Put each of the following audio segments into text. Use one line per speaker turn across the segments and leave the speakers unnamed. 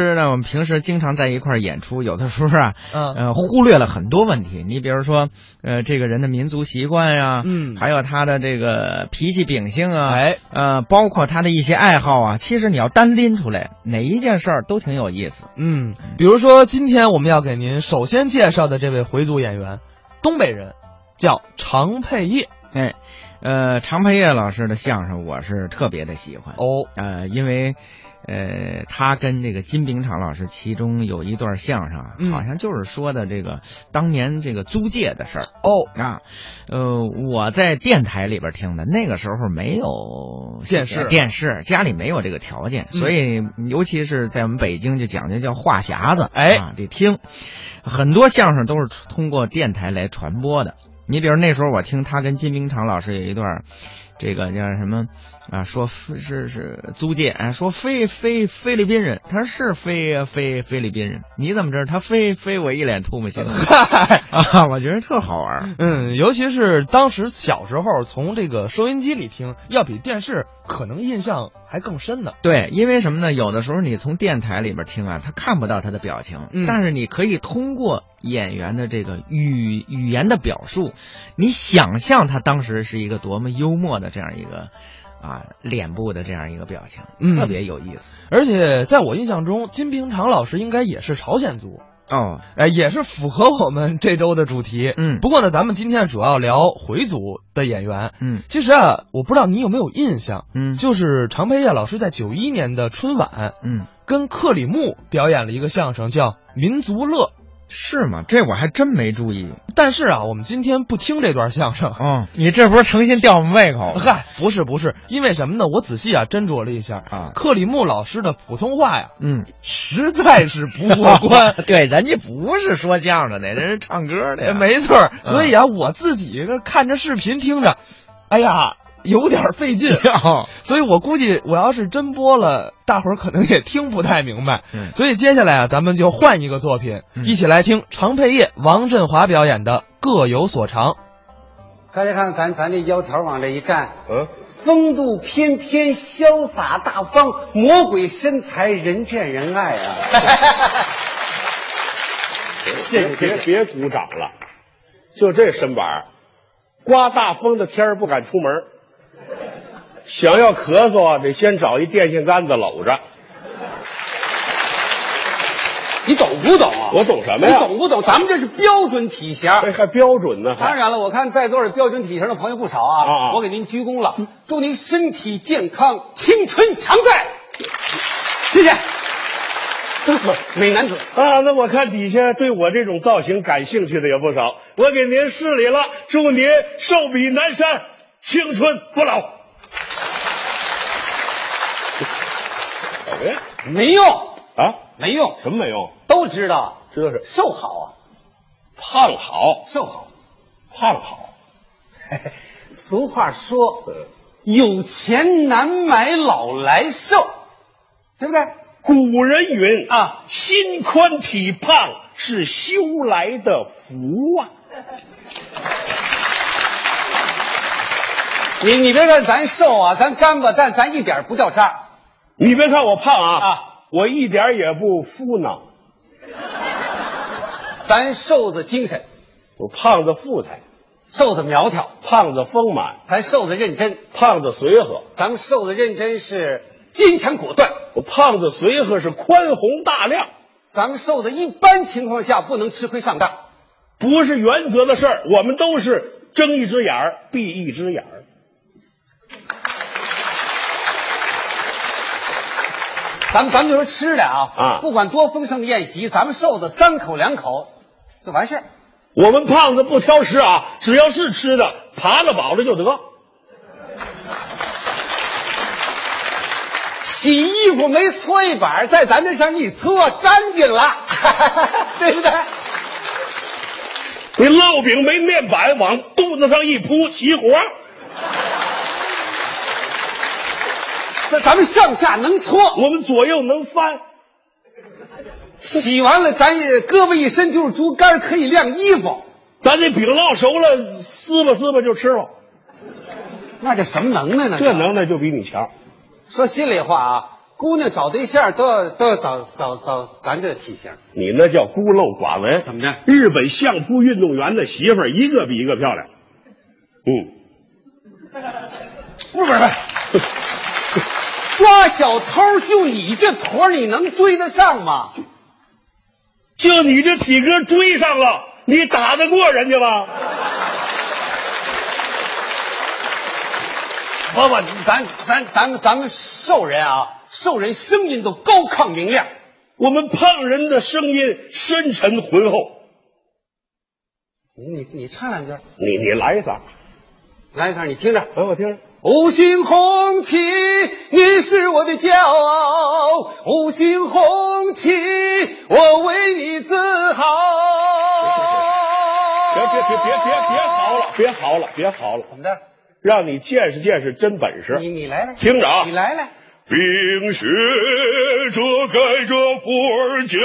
是呢，我们平时经常在一块儿演出，有的时候啊，
嗯
呃，忽略了很多问题。你比如说，呃，这个人的民族习惯呀、
嗯
还有他的这个脾气秉性啊，
哎，
呃，包括他的一些爱好啊。其实你要单拎出来，哪一件事儿都挺有意思。
嗯，比如说今天我们要给您首先介绍的这位回族演员，东北人，叫常佩业。
哎，呃，常佩业老师的相声我是特别的喜欢，
哦，
呃，因为。呃，他跟这个金炳昶老师其中有一段相声啊，
嗯
好像就是说的这个当年这个租界的事儿。
哦，
啊，呃，我在电台里边听的，那个时候没有
电视
电视家里没有这个条件，
嗯
所以尤其是在我们北京就讲究叫话匣子，
哎
啊，得听，很多相声都是通过电台来传播的。你比如那时候我听他跟金冰昶老师有一段，这个叫什么啊？说是是租界，哎，说菲菲菲律宾人，他说是菲呀菲菲律宾人，你怎么知道他菲菲我一脸吐 沫星子
嗨，
啊？我觉得特好玩儿。
嗯，尤其是当时小时候从这个收音机里听，要比电视可能印象还更深呢。
对，因为什么呢？有的时候你从电台里边听啊，他看不到他的表情，
嗯
但是你可以通过演员的这个语语言的表述，你想象他当时是一个多么幽默的这样一个啊脸部的这样一个表情，
嗯
特别有意思
而且在我印象中，金平常老师应该也是朝鲜族，
哦。
哎，也是符合我们这周的主题。
嗯
不过呢，咱们今天主要聊回族的演员。
嗯
其实啊，我不知道你有没有印象，
嗯
就是常佩业老师在九一年的春晚
嗯，
跟克里木表演了一个相声，叫《民族乐》。
是吗？这我还真没注意
但是啊，我们今天不听这段相声。
哦。你这不是诚心吊我们胃口吗？
嗨，不是不是，因为什么呢？我仔细啊斟酌了一下，
啊
克里木老师的普通话呀，
嗯，
实在是不过关。 哎
对，人家不是说相声的，人是唱歌的呀。
没错儿，所以啊，我自己这看着视频听着，哎呀，有点费劲。
哦，
所以我估计我要是真播了，大伙儿可能也听不太明白。
嗯
所以接下来啊，咱们就换一个作品，
嗯
一起来听常佩业、王振华表演的《各有所长》。
大家看咱咱这腰条往这一站，
嗯，
风度翩翩，潇洒大方，魔鬼身材，人见人爱啊！谢谢
别别
谢谢。
别鼓掌了，就这身板儿刮大风的天儿不敢出门儿，想要咳嗽啊，得先找一电线杆子搂着。
你懂不懂啊？
我懂什么呀哎
你懂不懂？咱们这是标准体型。
这还标准呢，
当
还
然了，我看在座的标准体型的朋友不少啊，
啊啊
我给您鞠躬了，祝您身体健康，青春常在。谢 谢。美男子，
啊！那我看底下对我这种造型感兴趣的也不少，我给您施礼了，祝您寿比南山，青春不老。怎么
哎
呀？
没用，
啊？
没用，
什么没用？
都知道，
知道是
瘦好啊，
胖好，
瘦好。
胖好。
俗话说，有钱难买老来瘦，对不对？
古人云
啊
心宽体胖是修来的福啊。
你你别看咱瘦啊，咱干巴，但咱一点不掉渣。
你别看我胖啊，
啊
我一点儿也不敷囊，
咱瘦子精神，
我胖子富态，
瘦子苗条，
胖子丰满，
咱瘦子认真，
胖子随和，
咱们瘦子认真是坚强果断。
我胖子随和是宽宏大量，
咱们瘦子一般情况下不能吃亏上当，
不是原则的事儿，我们都是睁一只眼儿闭一只眼儿。
咱们咱们就说吃的啊，
啊
不管多丰盛的宴席，咱们瘦子三口两口就完事儿。
我们胖子不挑食啊，只要是吃的，扒拉饱了就得。
洗衣服没搓衣板，在咱这上一搓干净了， 对不对？
你烙饼没面板，往肚子上一扑，齐活。
这咱们上下能搓，
我们左右能翻，
洗完了咱也胳膊一伸就是竹竿，可以晾衣服，
咱这饼烙熟了，撕吧撕吧就吃了。
那叫什么能耐呢？
这能耐就比你强。
说心里话啊，姑娘找对象都要都要找找找咱这体型，
你那叫孤陋寡闻。
怎么着
日本相扑运动员的媳妇儿一个比一个漂亮。 嗯，
不是不是，抓小偷就你这坨儿，你能追得上吗？
就你这体格追上了，你打得过人家吗？
不不，咱咱咱们咱们兽人啊，兽人声音都高亢明亮，
我们胖人的声音深沉浑厚。
你你你唱两句，
你你来一嗓，
来一下，你听着。
来我听听。
五星红旗，你是我的骄傲；五星红旗，我为你自豪。
别别别别别别嚎了，别嚎了，别嚎了，
怎么的？
让你见识见识真本
你
事。
你来来，
听着啊
你来来，
冰雪遮盖着普洱酒，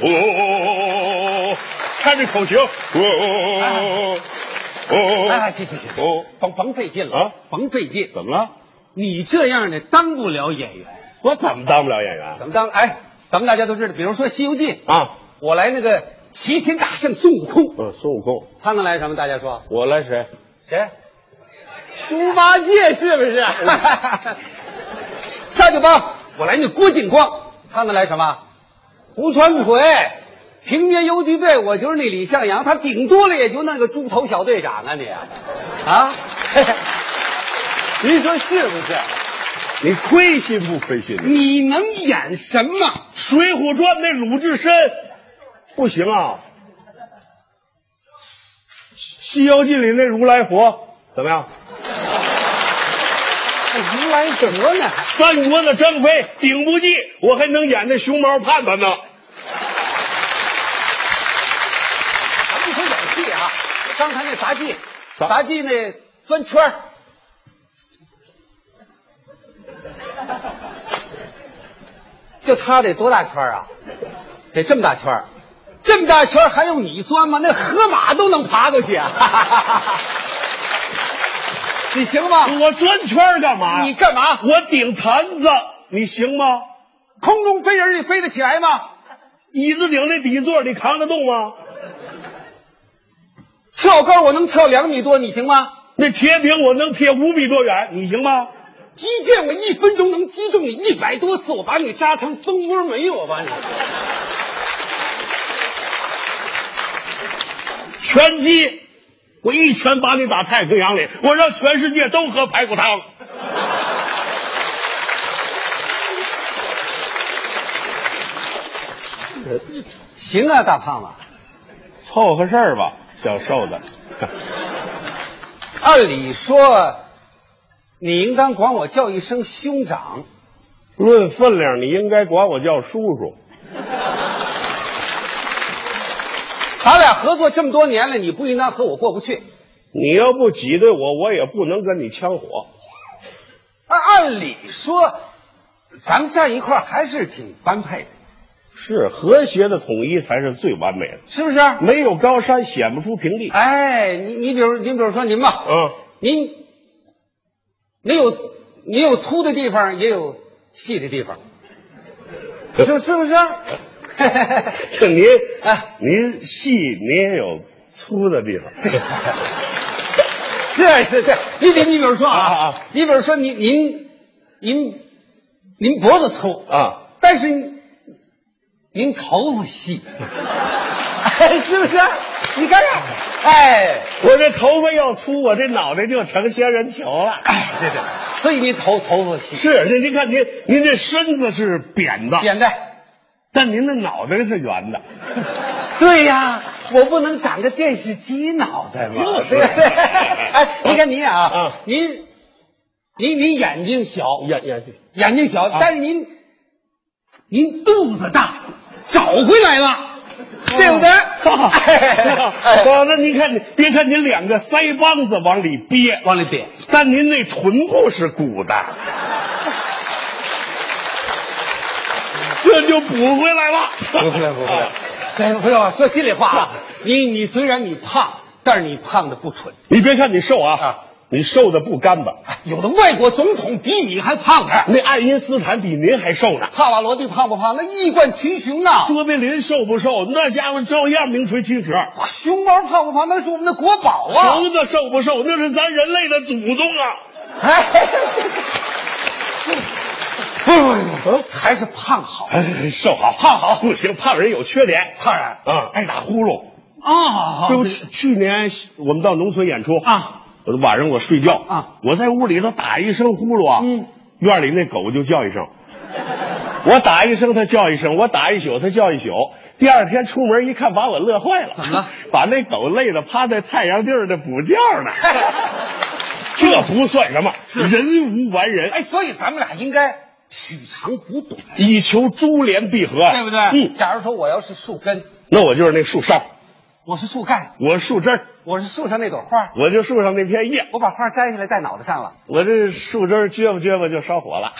哦，看这口型，哦哦
哎，行行行，
哦，
甭甭费劲了
啊，
甭费劲。
怎么了？
你这样的当不了演员，
我怎么当不了演员
怎么当？哎，咱们大家都知道，比如说《西游记》，
啊？
我来那个齐天大圣孙悟空，
嗯，孙悟空，
他能来什么？大家说
我来谁？
谁？猪八戒是不是？ 下去吧，我来那郭靖光，他能来什么？吴传奎，平原游击队，我就是那李向阳，他顶多了也就那个猪头小队长啊你，啊， 您说是不是？
你亏心不亏心？
你能演什么？
《水浒传》那鲁智深不行啊，《西游记》里那如来佛怎么样？
如来佛呢？
三国的张飞顶不济，我还能演那熊猫盼盼呢。
咱不说演戏啊，刚才那杂技，
啥
杂技那翻圈儿就他得多大圈儿啊？得这么大圈儿这么大圈儿还用你钻吗？那河马都能爬过去啊！ 你行吗？
我转圈儿干嘛呀？
你干嘛？
我顶坛子，你行吗？
空中飞人，你飞得起来吗？
椅子顶那底座，你扛得动吗？
跳高我能跳两米多，你行吗？
那铁饼我能撇五米多远，你行吗？
击剑，我一分钟能击中你一百多次，我把你扎成蜂窝煤，我把你。
拳击，我一拳把你打太平洋里，我让全世界都喝排骨汤。
行啊，大胖子，
凑合事儿吧，小瘦子。
按理说你应当管我叫一声兄长，
论分量，你应该管我叫叔叔。
咱俩合作这么多年了，你不应当和我过不去。
你要不挤兑我，我也不能跟你呛火。
按按理说，咱们站一块儿还是挺般配的，
是和谐的统一才是最完美的，
是不是？
没有高山显不出平地。
哎，你你比如你比如说您吧，
嗯，
您你有你有粗的地方，也有细的地方，
呃
是是不 啊是？
您
哎
您细，您也有粗的地方。
是是是，你比你比如说
啊
啊
啊，
你比如说您您您您脖子粗，
啊，
但是您头发细， 哎，是不是？你看看，哎，
我这头发要粗，我这脑袋就成仙人球了。
哎，对对，所以您头头发细，
是，您您看您您这身子是扁的，
简单。
但您的脑袋是圆的。
对呀，我不能长个电视机脑袋嘛。
就是
对对。哎，您看您啊
嗯，
您您您眼睛小，
眼 眼睛
眼睛小，但是您您肚子大，找回来了，对不对？
哎啊，那您看，别看您两个腮帮子往里憋，
往里点，
但您那臀部是鼓的， 这就补回来了。
不会不 会，哎，不要说心里话啊，你你虽然你胖，但是你胖的不蠢，
你别看你瘦啊，你瘦的不干 巴，
有的外国总统比你还胖点儿
那爱因斯坦比您还瘦呢。
帕瓦罗蒂胖不胖？那一贯群雄啊！
卓别林瘦不瘦？那家伙照样名垂青史。
熊猫胖不胖？那是我们的国宝啊！
猴子瘦不瘦？那是咱人类的祖宗啊！
哎，不 不不，还是胖好
哎，瘦好，胖好不行，胖人有缺点，
胖人
啊，爱打呼噜。
啊！
对不起，去年我们到农村演出
啊，
我晚上我睡觉
啊，
我在屋里头打一声呼噜啊，
嗯，
院里那狗就叫一声，我打一声它叫一声，我打一宿它叫一宿。第二天出门一看，把我乐坏了，
怎么了？
把那狗累得趴在太阳地儿的补觉呢。 这不算什么，人无完 人，
哎，所以咱们俩应该取长补短，
以求珠联璧合，
对不对？
嗯，
假如说我要是树根，
那我就是那树梢，
我是树干，
我树枝儿，
我是树上那朵花，
我就树上那片叶，
我把花摘下来戴脑袋上了，
我这树枝儿撅吧撅吧就烧火了。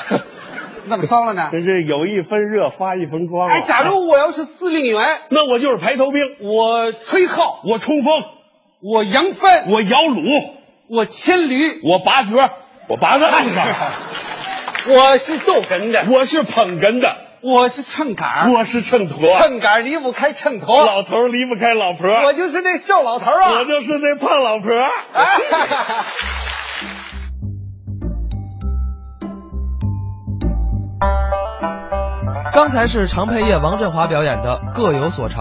那么烧了呢？
真是有一分热发一分光、啊。
哎，假如我要是司令员，
那我就是排头兵，
我吹号，
我冲锋，
我扬帆，
我摇橹，
我牵驴，
我拔橛，我拔
哎
浪啊，
我是逗哏的，
我是捧哏的，
我是秤杆儿，
我是秤砣，
啊秤杆儿离不开秤砣，
老头儿离不开老婆，
我就是那瘦老头儿啊！
我就是那胖老婆。
哎，
刚才是常佩业、王振华表演的《各有所长》。